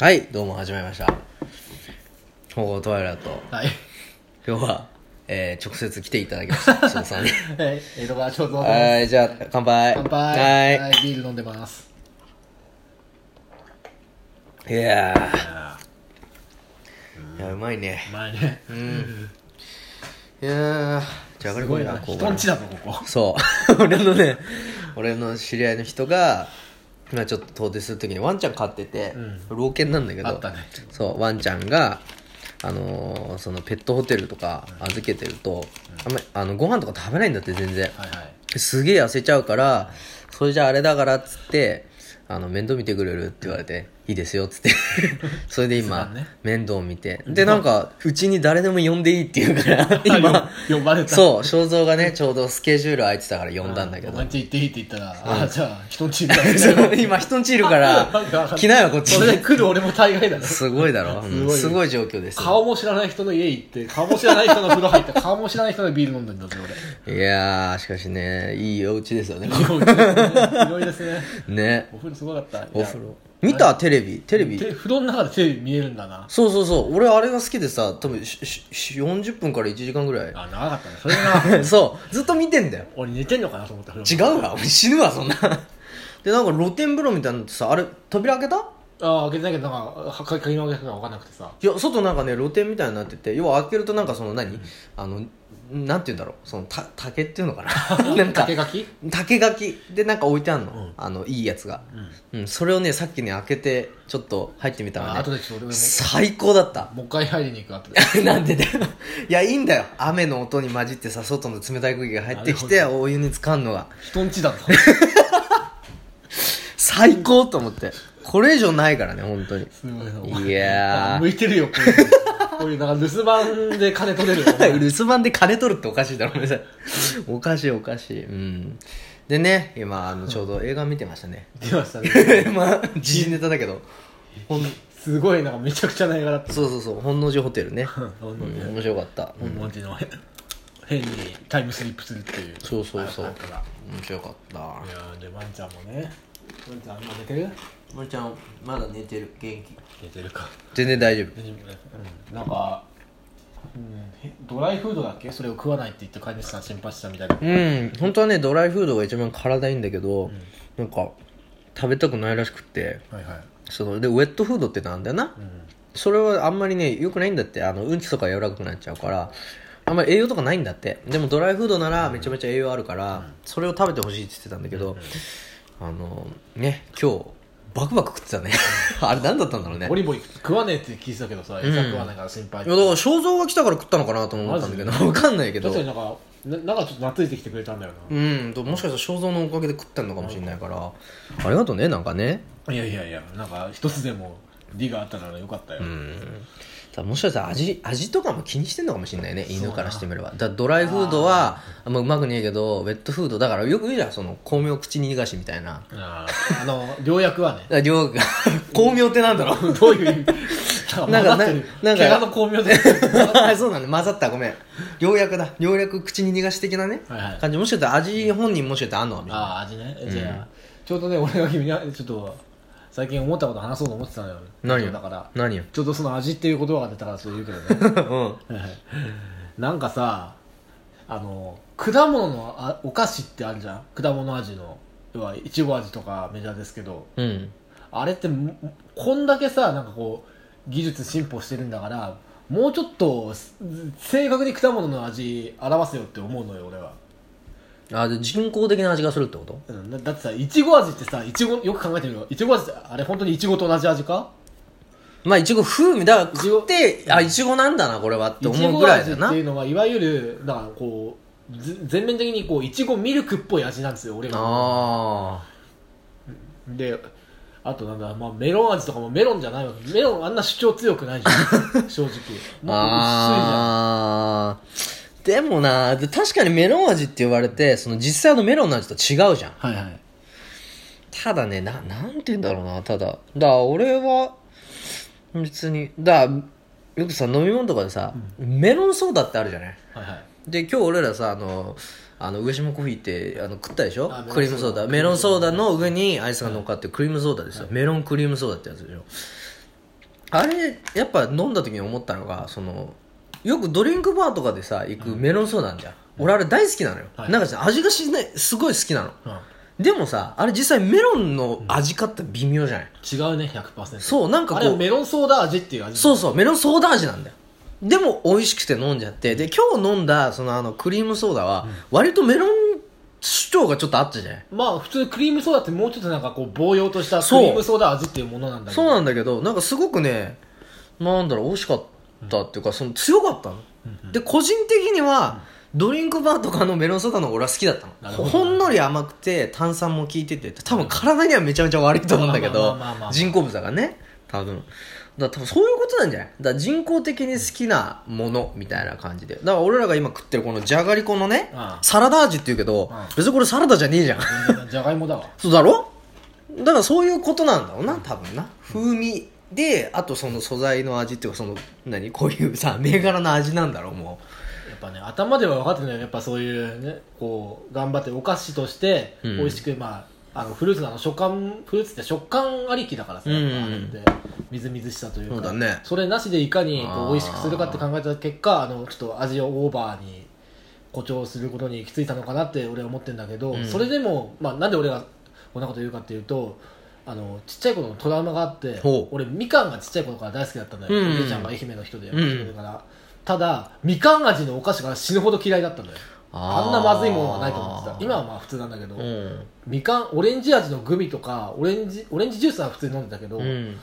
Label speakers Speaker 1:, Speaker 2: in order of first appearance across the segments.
Speaker 1: はい、どうも始まりました。ほぼトワイライト。
Speaker 2: はい。
Speaker 1: 今日は、えー、直接来ていただきま した、翔さんに。
Speaker 2: はい江戸川正蔵です。
Speaker 1: はい、じゃあ、乾杯。
Speaker 2: 乾杯。
Speaker 1: は。
Speaker 2: はいい、ビール飲んでます。
Speaker 1: いや
Speaker 2: あ
Speaker 1: ー、いや、うまいね
Speaker 2: う。まいね。
Speaker 1: いやー、じゃあ、上が
Speaker 2: す
Speaker 1: り
Speaker 2: ご
Speaker 1: こい
Speaker 2: い
Speaker 1: な、
Speaker 2: な。
Speaker 1: こ
Speaker 2: 人んちだぞ、ここ。
Speaker 1: う。そう。 俺のね、俺の知り合いの人が、今ちょっと遠出するときにワンちゃん飼ってて、老犬なんだけど、
Speaker 2: あったね。
Speaker 1: そうワンちゃんがあのーそのペットホテルとか預けてると、あんまりあのご飯とか食べないんだって全然
Speaker 2: はいはい。
Speaker 1: すげえ痩せちゃうからそれじゃあれだからっつってあの面倒見てくれるって言われて、いいですよっ つってそれで
Speaker 2: 一
Speaker 1: 今、
Speaker 2: 番ね
Speaker 1: 面倒見てでなんかうちに誰でも呼んでいいって言うから 今
Speaker 2: 呼ばれた。う。
Speaker 1: そう肖像がねちょうどスケジュール空いてたから呼んだんだけ
Speaker 2: お
Speaker 1: ど
Speaker 2: 前んち行っていいって言ったら、あ、じゃあ、人んち行っ
Speaker 1: そう今人んちいる から来ないわこっち
Speaker 2: それで来る俺も大概だな。
Speaker 1: すごいだろ、うん
Speaker 2: すごいね
Speaker 1: すごい状況ですよ
Speaker 2: 顔も知らない人の家行って、顔も知らない人の風呂入って、顔も知らない人のビール飲んでんだぜ、
Speaker 1: いやー、しかしね、いいお家ですよ ね。
Speaker 2: 俺。広いですね。
Speaker 1: ね。
Speaker 2: お風呂すごかった。
Speaker 1: お風呂。
Speaker 2: いや
Speaker 1: 見たテレビテレビ
Speaker 2: で風呂の中でテレビ見えるんだな。
Speaker 1: そうそうそう。俺あれが好きでさ、多分ししし40分から1時間ぐら
Speaker 2: あ、長かったね。それがな、
Speaker 1: い。そう。ずっと見てんだよ。
Speaker 2: 俺寝てんのかなと思った、風呂。
Speaker 1: 違うわ。俺死ぬわ、そんな。で、なんか露天風呂みたいなのってさ、あれ、扉開けた
Speaker 2: ああ、開けてないけど、なんか、はか鍵の開け方が分かんなくてさ。
Speaker 1: いや、外なんかね、露天みたいになってて、要は開けるとなんかその何、あの、なんて言うんだろう。その、た竹っていうのか ななんか
Speaker 2: 竹、垣
Speaker 1: 竹垣でなんか置いてあんの、
Speaker 2: うん
Speaker 1: あのいいやつが、
Speaker 2: う
Speaker 1: うんそれをねさっきね開けてちょっと入ってみた
Speaker 2: あ
Speaker 1: ら
Speaker 2: 後
Speaker 1: ね
Speaker 2: でちょっと俺も、
Speaker 1: 最高だった
Speaker 2: もう一回入りに行く後 で。
Speaker 1: なんでだよいやいいんだよ雨の音に混じってさ外の冷たい空気が入ってきて
Speaker 2: なる
Speaker 1: お湯に浸かんのが
Speaker 2: 人んちだぞ。
Speaker 1: 最高と思ってこれ以上ないからね本当に
Speaker 2: すごいな。お前
Speaker 1: いや
Speaker 2: 向いてるよ、こういうの。こういう、なんか留守番で金取れるよ。お前
Speaker 1: ー 留守番で金取るっておかしいだろごめんなさ いおかしいおかしいうんでね今あのちょうど映画見てましたね
Speaker 2: 出ましたね。
Speaker 1: まあ時事ネタだけどほん
Speaker 2: すごい、なんかめちゃくちゃな映画だった。
Speaker 1: そうそうそう 本能寺ホテルね
Speaker 2: ほん
Speaker 1: う
Speaker 2: の
Speaker 1: ん
Speaker 2: ね、
Speaker 1: 面白かった、
Speaker 2: ほんの字のへ変にタイムスリップするっていう。
Speaker 1: そうそうそう
Speaker 2: あれだったから
Speaker 1: 面白かった
Speaker 2: いやーで、ワンちゃんもね。ワンちゃん、今寝てる
Speaker 1: 森ちゃんまだ寝てる元気
Speaker 2: 寝てるか。
Speaker 1: 全然大丈夫
Speaker 2: うんなんか、うん、へドライフードだっけそれを食わないって言って飼い主さん心配してたみたいな
Speaker 1: うん本当はねドライフードが一番体いいんだけど、なんか食べたくないらしくって
Speaker 2: はいはい、
Speaker 1: そのでウェットフードってなんだよな、
Speaker 2: うん、
Speaker 1: それはあんまりね良くないんだってあのうんちとか柔らかくなっちゃうからあんまり栄養とかないんだってでもドライフードならめちゃめちゃ栄養あるから、それを食べてほしいって言ってたんだけど、あのね今日バクバク食ってたねあれ何だったんだろうね
Speaker 2: ボリボリ食わねえって聞いてたけどさ餌食わないから心配っ
Speaker 1: い
Speaker 2: て、
Speaker 1: やだから肖像が来たから食ったのかなとも思ったんだけど
Speaker 2: マ
Speaker 1: わかんないけど
Speaker 2: 確かになんかななんかちょっと懐いてきてくれたんだよ
Speaker 1: うんともしかしたら肖像のおかげで食ったのかもしれないからありがとうねなんかね
Speaker 2: な、いやいやいやなんか一つでも利があったならよかったよ、
Speaker 1: うんただもしかしたら味味とかも気にしてんのかもしれないね犬からしてみればだからドライフードはあんまうまくねえけどウェットフードだからよく言うじゃんその巧妙口に逃がしみたいな
Speaker 2: あーあの良 薬はね
Speaker 1: だから両巧妙ってなんだろう
Speaker 2: どういう意味
Speaker 1: な
Speaker 2: なん
Speaker 1: か
Speaker 2: んか混ざってる
Speaker 1: なんか
Speaker 2: 怪我の巧 妙で
Speaker 1: そうなんだ混ざったごめん良薬だ良薬口に逃がし的なね
Speaker 2: はいはい
Speaker 1: 感じもしかしたら味本人もしかしたらあんのかもしれない
Speaker 2: ああ味ねじゃあ、ちょうどね俺が君にちょっと最近思ったこと話そうと思ってたのよ
Speaker 1: 何
Speaker 2: ち
Speaker 1: よ
Speaker 2: ょっとだから
Speaker 1: 何よ
Speaker 2: ちょっとその味っていう言葉が出たからそう言うけどね
Speaker 1: うん
Speaker 2: なんかさあの果物のあお菓子ってあるじゃん果物味の要はいちご味とかメジャーですけど
Speaker 1: うん
Speaker 2: あれってもこんだけさなんかこう技術進歩してるんだからもうちょっとす正確に果物の味表せよって思うのよ俺は、
Speaker 1: あで人工的な味がするってこと
Speaker 2: うん、だだってさいちご味ってさいちごよく考えてみよいちご味ってあれ本当にいちごと同じ味か
Speaker 1: まあいちご風味だから
Speaker 2: いちご
Speaker 1: 食ってあいちごなんだなこれはって
Speaker 2: いち
Speaker 1: 思う
Speaker 2: ご
Speaker 1: ぐらい
Speaker 2: 味
Speaker 1: だよ
Speaker 2: っ
Speaker 1: な
Speaker 2: ていうのはいわゆるなんかこうず全面的にこういちごミルクっぽい味なんですよ俺は
Speaker 1: あ
Speaker 2: であとなんだ、まあ、メロン味とかもメロンじゃないわメロンあんな主張強くないじ ゃん正直もっと薄い
Speaker 1: ー
Speaker 2: じゃん
Speaker 1: あーでもなで確かにメロン味って言われてその実際のメロンの味と違うじゃん
Speaker 2: はいはい
Speaker 1: ただねななんて言うんだろうなただだから俺は別にだからよくさ飲み物とかでさ、メロンソーダってあるじゃない
Speaker 2: はいはい
Speaker 1: で今日俺らさあのあの上島コーヒーってあの食ったでしょ
Speaker 2: あメロンソーダ
Speaker 1: クリームソーダメロンソーダの上にアイスが乗っかってクリームソーダですよ、メロンクリームソーダってやつでしょあれやっぱ飲んだ時に思ったのがそのよくドリンクバーとかでさ行くメロンソーダあんじゃん、俺あれ大好きなのよ、
Speaker 2: はい
Speaker 1: なんかさ味がしないすごい好きなの
Speaker 2: うん
Speaker 1: でもさあれ実際メロンの味かって微妙じゃない、
Speaker 2: 違うね100%
Speaker 1: そうなんか
Speaker 2: あ
Speaker 1: こ
Speaker 2: れは
Speaker 1: う
Speaker 2: メロンソーダ味っていう味
Speaker 1: そうそうメロンソーダ味なんだよでも美味しくて飲んじゃってで今日飲んだそのあのクリームソーダは割とメロン主張がちょっとあったじゃない
Speaker 2: まあ普通クリームソーダってもうちょっとなんかこう棒用としたク
Speaker 1: そう
Speaker 2: リームソーダ味っていうものなんだけど
Speaker 1: そうなんだけどなんかすごくねなんだろう美味しかったっていうかその強かったの、で個人的には、ドリンクバーとかのメロンソーダの方が俺は好きだった
Speaker 2: な
Speaker 1: のほ
Speaker 2: るほど
Speaker 1: んのり甘くて炭酸も効いてて多分体にはめちゃめちゃ悪いと思うんだけ
Speaker 2: まあ
Speaker 1: ど
Speaker 2: まあまあまあまあ
Speaker 1: 人工物だからね多分だから多分そういうことなんじゃないだから人工的に好きなものみたいな感じでだから俺らが今食ってるこのじゃがりこのね
Speaker 2: ああ
Speaker 1: サラダ味っていうけど
Speaker 2: ああ
Speaker 1: 別にこれサラダじゃねえじゃん
Speaker 2: 全然じゃがいもだわ
Speaker 1: そうだろだからそういうことなんだろうな多分な風味であとその素材の味っていうかその何こういうさ銘柄の味なんだろうも
Speaker 2: やっぱね頭では分かってないよやっぱそういうねこう頑張ってお菓子として
Speaker 1: うん
Speaker 2: 美味しく、まああのフルーツのあの食感フルーツって食感ありきだからさ、
Speaker 1: うんうん
Speaker 2: やっぱあれってみずみずしさというか
Speaker 1: そうだね
Speaker 2: それなしでいかにこ
Speaker 1: あー
Speaker 2: う美味しくするかって考えた結果あのちょっと味をオーバーに誇張することに行き着いたのかなって俺は思ってるんだけど、
Speaker 1: うん
Speaker 2: それでも、まあ、なんで俺がこんなこと言うかっていうとあのちっちゃい頃のトラウマがあって
Speaker 1: ほう
Speaker 2: 俺みかんがちっちゃい頃から大好きだったんだよ、
Speaker 1: うんうん
Speaker 2: お姉ちゃんが愛媛の人でやってくれるから、ただみかん味のお菓子が死ぬほど嫌いだったんだよあんなまずいものはないと思ってた今はまあ普通なんだけど、
Speaker 1: ううん
Speaker 2: みかんオレンジ味のグミとかオレンジオレンジジュースは普通に飲んでたけど、
Speaker 1: うん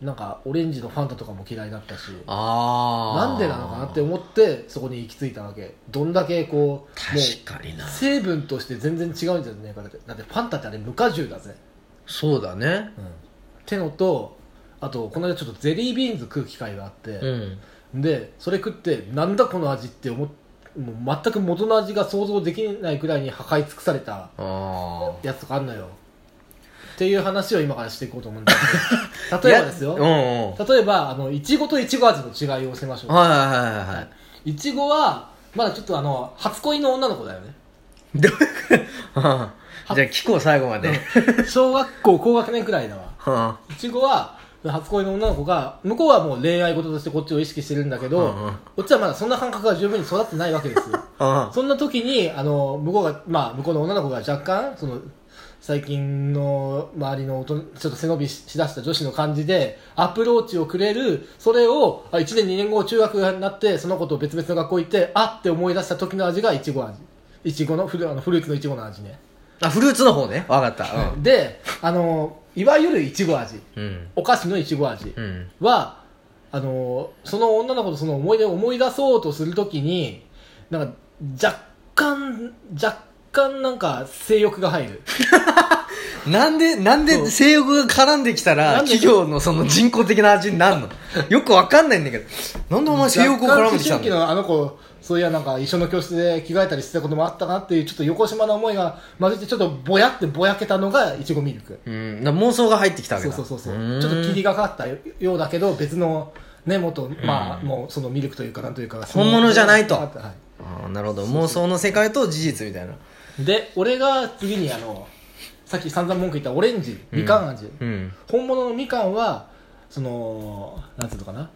Speaker 2: なんかオレンジのファンタとかも嫌いだったし
Speaker 1: ああ
Speaker 2: なんでなのかなって思ってそこに行き着いたわけどんだけこう
Speaker 1: 確かに
Speaker 2: も
Speaker 1: な
Speaker 2: う成分として全然違うんじゃねえかだってだってファンタってあれ無果汁だぜ、
Speaker 1: そうだね
Speaker 2: ってのとあとこの間ちょっとゼリービーンズ食う機会があって
Speaker 1: う、ん
Speaker 2: でそれ食ってなんだこの味って思っもう全く元の味が想像できないくらいに破壊尽くされた
Speaker 1: あ
Speaker 2: やつとかあんのよっていう話を今からしていこうと思うんだけ
Speaker 1: あ
Speaker 2: ど例えばです
Speaker 1: うんう
Speaker 2: よ
Speaker 1: んはい
Speaker 2: 例えばあのいちごといちご味の違いを教えましょう
Speaker 1: はいはいはい
Speaker 2: ちごはまだちょっとあの初恋の女の子だよね
Speaker 1: いどういうことはあじゃあ聞こう最後まで
Speaker 2: 小学校高学年くらいだわ
Speaker 1: はい
Speaker 2: ちごは初恋の女の子が向こうはもう恋愛事としてこっちを意識してるんだけど、
Speaker 1: うんうん
Speaker 2: こっちはまだそんな感覚が十分に育ってないわけですよ
Speaker 1: あ
Speaker 2: そんな時にあの向こうが、まあ、向こうの女の子が若干その最近の周りの大人ちょっと背伸びしだした女子の感じでアプローチをくれるそれをあ1年2年後中学になってその子と別々の学校行ってあって思い出した時の味がいちご味いちごのフルあのフルーツのいちごの味ね、
Speaker 1: あフルーツの方ねわかったうん
Speaker 2: であのいわゆるいちご味
Speaker 1: うん
Speaker 2: お菓子のいちご味
Speaker 1: うん
Speaker 2: は、あのその女の子とその思い出を思い出そうとするときになんか若干若干なんか性欲が入る
Speaker 1: なんで、なん
Speaker 2: そ
Speaker 1: で
Speaker 2: う
Speaker 1: 性欲が絡んできたら、
Speaker 2: なんで
Speaker 1: 企業のその人工的な味にな るのよくわかんないんだけど、なんでお前性欲が絡んできた
Speaker 2: 若干思春期
Speaker 1: の
Speaker 2: のあの子そういやなんか一緒の教室で着替えたりしてたこともあったなっていうちょっと横島な思いが混じってちょっとぼやってぼやけたのがいちごミルク
Speaker 1: うん、だから妄想が入ってきたわけ
Speaker 2: そう
Speaker 1: だ。
Speaker 2: そうそうそう
Speaker 1: ーん
Speaker 2: ちょっと霧がかかったようだけど別のね元まあもうそのミルクというかなんというかその
Speaker 1: 本物じゃないと
Speaker 2: はい
Speaker 1: あーなるほど。妄想の世界と事実みたいな。
Speaker 2: で俺が次にあのさっき散々文句言ったオレンジみかん味、
Speaker 1: うん。
Speaker 2: 本物のみかんはそのなんつうのかな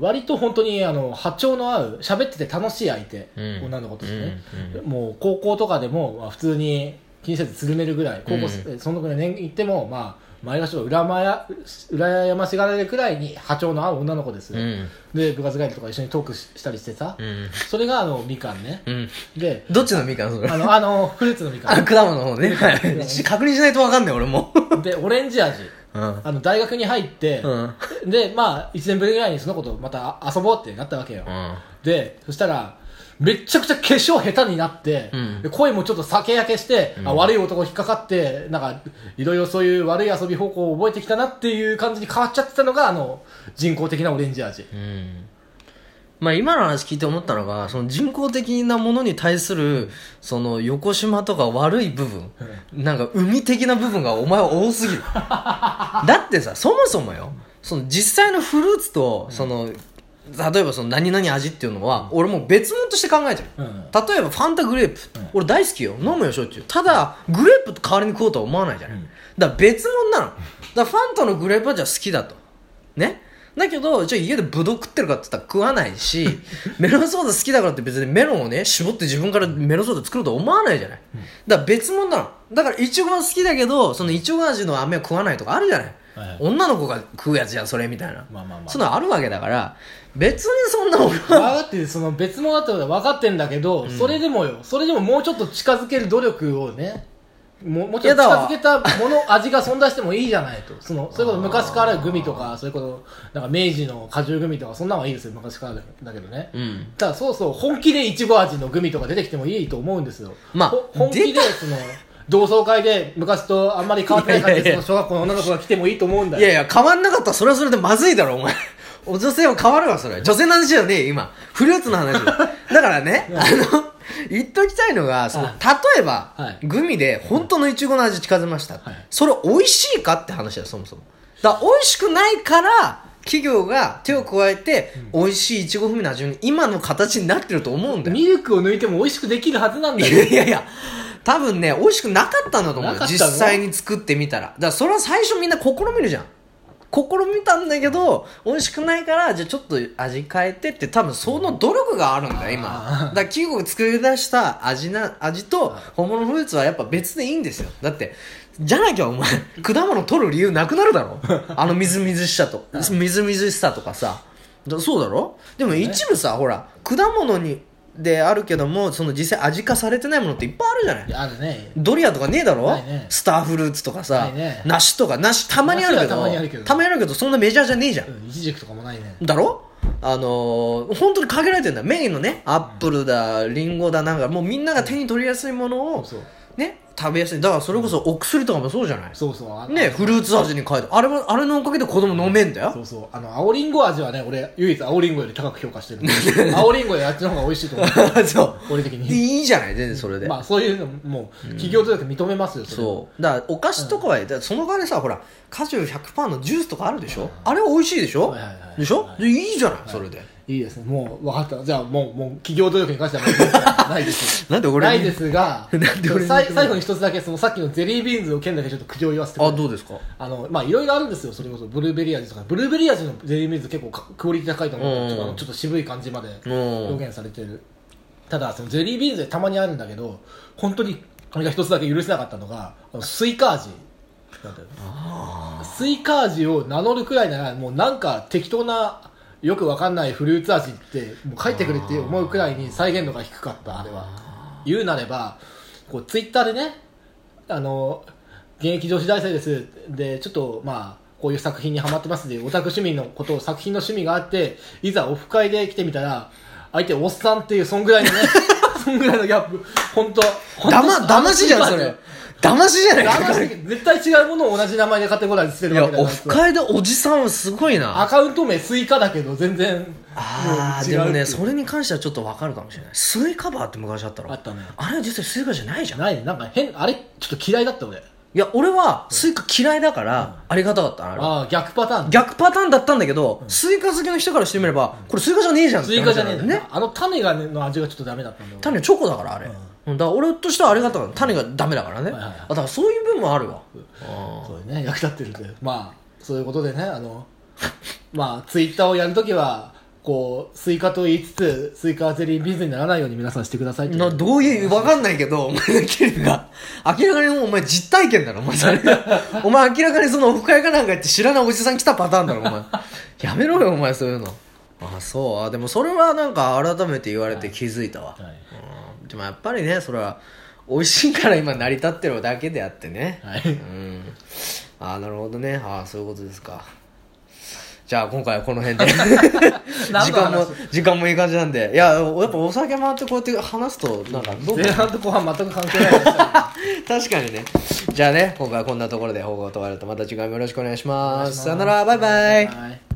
Speaker 2: 割と本当にあの波長の合う喋ってて楽しい相手、
Speaker 1: うん
Speaker 2: 女の子としてね、
Speaker 1: うん
Speaker 2: もう高校とかでも、まあ、普通に気にせずつるめるぐらい高校、えそのぐらい年行ってもまあ前頭裏まや羨ましがられるくらいに波長の合う女の子です、
Speaker 1: うん。
Speaker 2: で部活帰りとか一緒にトークししたりしてさ、
Speaker 1: うん。
Speaker 2: それがあのみかんね
Speaker 1: うん。
Speaker 2: で
Speaker 1: どっちのみかんそれ
Speaker 2: あ。の、あの、フルーツのみか
Speaker 1: あ、果物の方ね。はい
Speaker 2: うん
Speaker 1: 確認しないとわかんない、俺も。
Speaker 2: ん。で、オレンジ味。
Speaker 1: うん。
Speaker 2: あの、大学に入って、
Speaker 1: うん。
Speaker 2: で、まあ、1年ぶりぐらいにそのことまた遊ぼうってなったわけよ。で、そしたら、めっちゃくちゃ化粧下手になって、
Speaker 1: うん
Speaker 2: で声もちょっと酒焼けして、あ悪い男引っかかって、なんか、いろいろそういう悪い遊び方向を覚えてきたなっていう感じに変わっちゃってたのが、あの、人工的なオレンジ味。
Speaker 1: うんまあ今の話聞いて思ったのが、その人工的なものに対する、その横島とか悪い部分、なんか海的な部分がお前は多すぎる。 だってさ、そもそもよ、その実際のフルーツと、その、例えばその何々味っていうのは、俺もう別物として考えちゃう。
Speaker 2: うん。
Speaker 1: 例えばファンタグレープ、俺大好きよ飲むよしょっちゅうただグレープと代わりに食おうとは思わないじゃない、だから別物なのだからファンタのグレープ味は好きだとねだけど、じゃあ家でブドウ食ってるかって言ったら食わない し、メロンソーダ好きだからって別にメロンをね、絞って自分からメロンソーダ作ろうと思わないじゃない。だから別物なの。だからイチゴは好きだけど、そのイチゴ味の飴は食わないとかあるじゃない。
Speaker 2: はいはい
Speaker 1: 女の子が食うやつじゃん、それみたいな。
Speaker 2: まあまあまあ
Speaker 1: そんなのあるわけだから、別にそんな俺
Speaker 2: 分
Speaker 1: は、
Speaker 2: かってるその別物だってことは分かってんだけど、それでもよそれでももうちょっと近づける努力をねももうちょっと
Speaker 1: いや
Speaker 2: 近
Speaker 1: だわ
Speaker 2: づけたもの味が存在してもいいじゃないとそのそれこそ昔からあるグミとかそれこそなんか明治の果汁グミとかそんなのはいいですよ昔からだけどね、
Speaker 1: うん。
Speaker 2: ただそうそう本気でいちご味のグミとか出てきてもいいと思うんですよ、
Speaker 1: まあ
Speaker 2: ほ本気
Speaker 1: 出
Speaker 2: でその同窓会で昔とあんまり変わってない感じ
Speaker 1: いや
Speaker 2: で
Speaker 1: い
Speaker 2: そ
Speaker 1: や
Speaker 2: の小学校の女の子が来てもいいと思うんだ
Speaker 1: い
Speaker 2: よ
Speaker 1: やいや、変わんなかったらそれはそれでまずいだろ、お前。 お女性は変わるわ、それ。女性の話じゃねえ、今。フルーツの 話。だからね、あの、言っときたいのが、その、
Speaker 2: は
Speaker 1: 例
Speaker 2: い
Speaker 1: えば、
Speaker 2: はい
Speaker 1: グミで本当のイチゴの味近づけました。
Speaker 2: はい
Speaker 1: それ美味しいかって話だよ、そもそも。だから美味しくないから、企業が手を加えて、美味しいイチゴ風味の味に今の形になってると思うんだよ。
Speaker 2: ミルクを抜いても美味しくできるはずなん だ
Speaker 1: い
Speaker 2: よ
Speaker 1: やいやいや多分ね美味しくなかったんだと思うよ
Speaker 2: なかった
Speaker 1: 実
Speaker 2: の
Speaker 1: 際に作ってみたらだからそれは最初みんな試みるじゃん試みたんだけど美味しくないからじゃあちょっと味変えてって多分その努力があるんだよ今だから企業が作り出した味な味と本物のフルーツはやっぱ別でいいんですよだってじゃなきゃお前果物取る理由なくなるだ ろあのみずみずしさとみずみずしさとかさだそうだろでも一部さ、ほら果物にであるけどもその実際味化されてないものっていっぱいあるじゃない
Speaker 2: いやあるね
Speaker 1: ドリアとかねえだろ、
Speaker 2: ないね
Speaker 1: スターフルーツとかさ、
Speaker 2: ないね
Speaker 1: 梨とか梨たまにあるけど
Speaker 2: 梨はたまにあるけど
Speaker 1: たまにあるけどそんなメジャーじゃねえじゃん
Speaker 2: う、んいちじくとかもないね
Speaker 1: だろあのー本当に限られてんだメインのねアップルだリンゴだなんかもうみんなが手に取りやすいものを
Speaker 2: そう
Speaker 1: ね食べやすいだからそれこそお薬とかもそうじゃない
Speaker 2: そうそうあ
Speaker 1: ねフルーツ味に変えてあれもあれのおかげで子供飲めんだよ
Speaker 2: そうそうあの青りんご味はね俺唯一青りんごより高く評価してるんで青りんごよりあっちの方が美味しいと 思う
Speaker 1: そう
Speaker 2: 俺的
Speaker 1: で
Speaker 2: に
Speaker 1: いいじゃない全然それで、
Speaker 2: まあそういうのもう企業努力認めますよそれは
Speaker 1: そうだからお菓子とかは、だからその代わりさほら果汁100%のジュースとかあるでしょ、あれは美味しいでしょ、
Speaker 2: はいはいはい
Speaker 1: でしょ、
Speaker 2: はい
Speaker 1: でいいじゃない、それで
Speaker 2: いいですねもう分かったじゃあもうもう企業努力に関してはもうないです
Speaker 1: なんで俺
Speaker 2: ないです が
Speaker 1: なんで俺に
Speaker 2: さい最後に一つだけそのさっきのゼリービーンズの件だけちょっと苦情言わせてく
Speaker 1: あ
Speaker 2: ださい
Speaker 1: どうですか
Speaker 2: あのまあいろいろあるんですよそれこそブルーベリー味とかブルーベリー味のゼリービーンズ結構かクオリティ高いと思う
Speaker 1: うん
Speaker 2: ちょっとあのちょっと渋い感じまで
Speaker 1: うん
Speaker 2: 表現されてるただそのゼリービーンズでたまにあるんだけど本当にこれが一つだけ許せなかったのがあのスイカ味なんだよねスイカ味を名乗るくらいならもうなんか適当なよくわかんないフルーツ味ってもう書いてくれって思うくらいに再現度が低かったあれは言うなればこうツイッターでねあの現役女子大生ですでちょっとまあこういう作品にハマってますでオタク趣味のことを作品の趣味があっていざオフ会で来てみたら相手おっさんっていうそんぐらいのねそんぐらいのギャップ本当
Speaker 1: だまだましじゃんそれだましじゃない
Speaker 2: 騙して絶対違うものを同じ名前でカテゴライズして
Speaker 1: い
Speaker 2: るわ
Speaker 1: や
Speaker 2: けだ
Speaker 1: オ
Speaker 2: から
Speaker 1: フ会でおじさんはすごいな
Speaker 2: アカウント名スイカだけど全然
Speaker 1: あー
Speaker 2: もう違
Speaker 1: で
Speaker 2: う
Speaker 1: も
Speaker 2: ってい
Speaker 1: ね
Speaker 2: う
Speaker 1: それに関してはちょっとわかるかもしれないスイカバーって昔あったろ
Speaker 2: あったね
Speaker 1: あれは実際スイカじゃないじゃんい
Speaker 2: ないなんか変あれちょっと嫌いだった俺
Speaker 1: や俺はスイカ嫌いだからありがたかったなあれは
Speaker 2: ああ逆パターン
Speaker 1: 逆パターンだったんだけど、スイカ好きの人からしてみればこれスイカじゃねえじゃんっ
Speaker 2: ス
Speaker 1: て
Speaker 2: イカじゃねえ
Speaker 1: 話
Speaker 2: んだ
Speaker 1: だよ
Speaker 2: よ
Speaker 1: ね
Speaker 2: あの種がねの味がちょっとダメだったんだよ
Speaker 1: 種はチョコだからあれ、うんだから俺としてはあれがったから種がダメだからね、
Speaker 2: はいはいはい
Speaker 1: あだからそういう部分もあるわ、
Speaker 2: そうね役立ってるんでまあそういうことでねあのまあツイッターをやるときはこうスイカと言いつつスイカはゼリービーズにならないように皆さんしてくださいという
Speaker 1: などういうわかんないけどお前のキルが明らかにもうお前実体験だ ろお前それお前明らかにそのオフ会かなんか行って知らないおじさん来たパターンだろお前やめろよお前そういうのあそうあでもそれはなんか改めて言われて気づいたわ、
Speaker 2: はい
Speaker 1: うんでもやっぱりねそれは美味しいから今成り立ってるだけであってね、
Speaker 2: はい
Speaker 1: うんああなるほどねああそういうことですかじゃあ今回はこの 辺で時間も時間もいい感じなんでいややっぱお酒回ってこうやって話すとなんかどうか
Speaker 2: 前半と後半全く関係ないですから
Speaker 1: 確かにねじゃあね今回はこんなところで報告を問われるとまた次回もよろしくお願いします
Speaker 2: お願いします
Speaker 1: さよならバイバイ
Speaker 2: バイ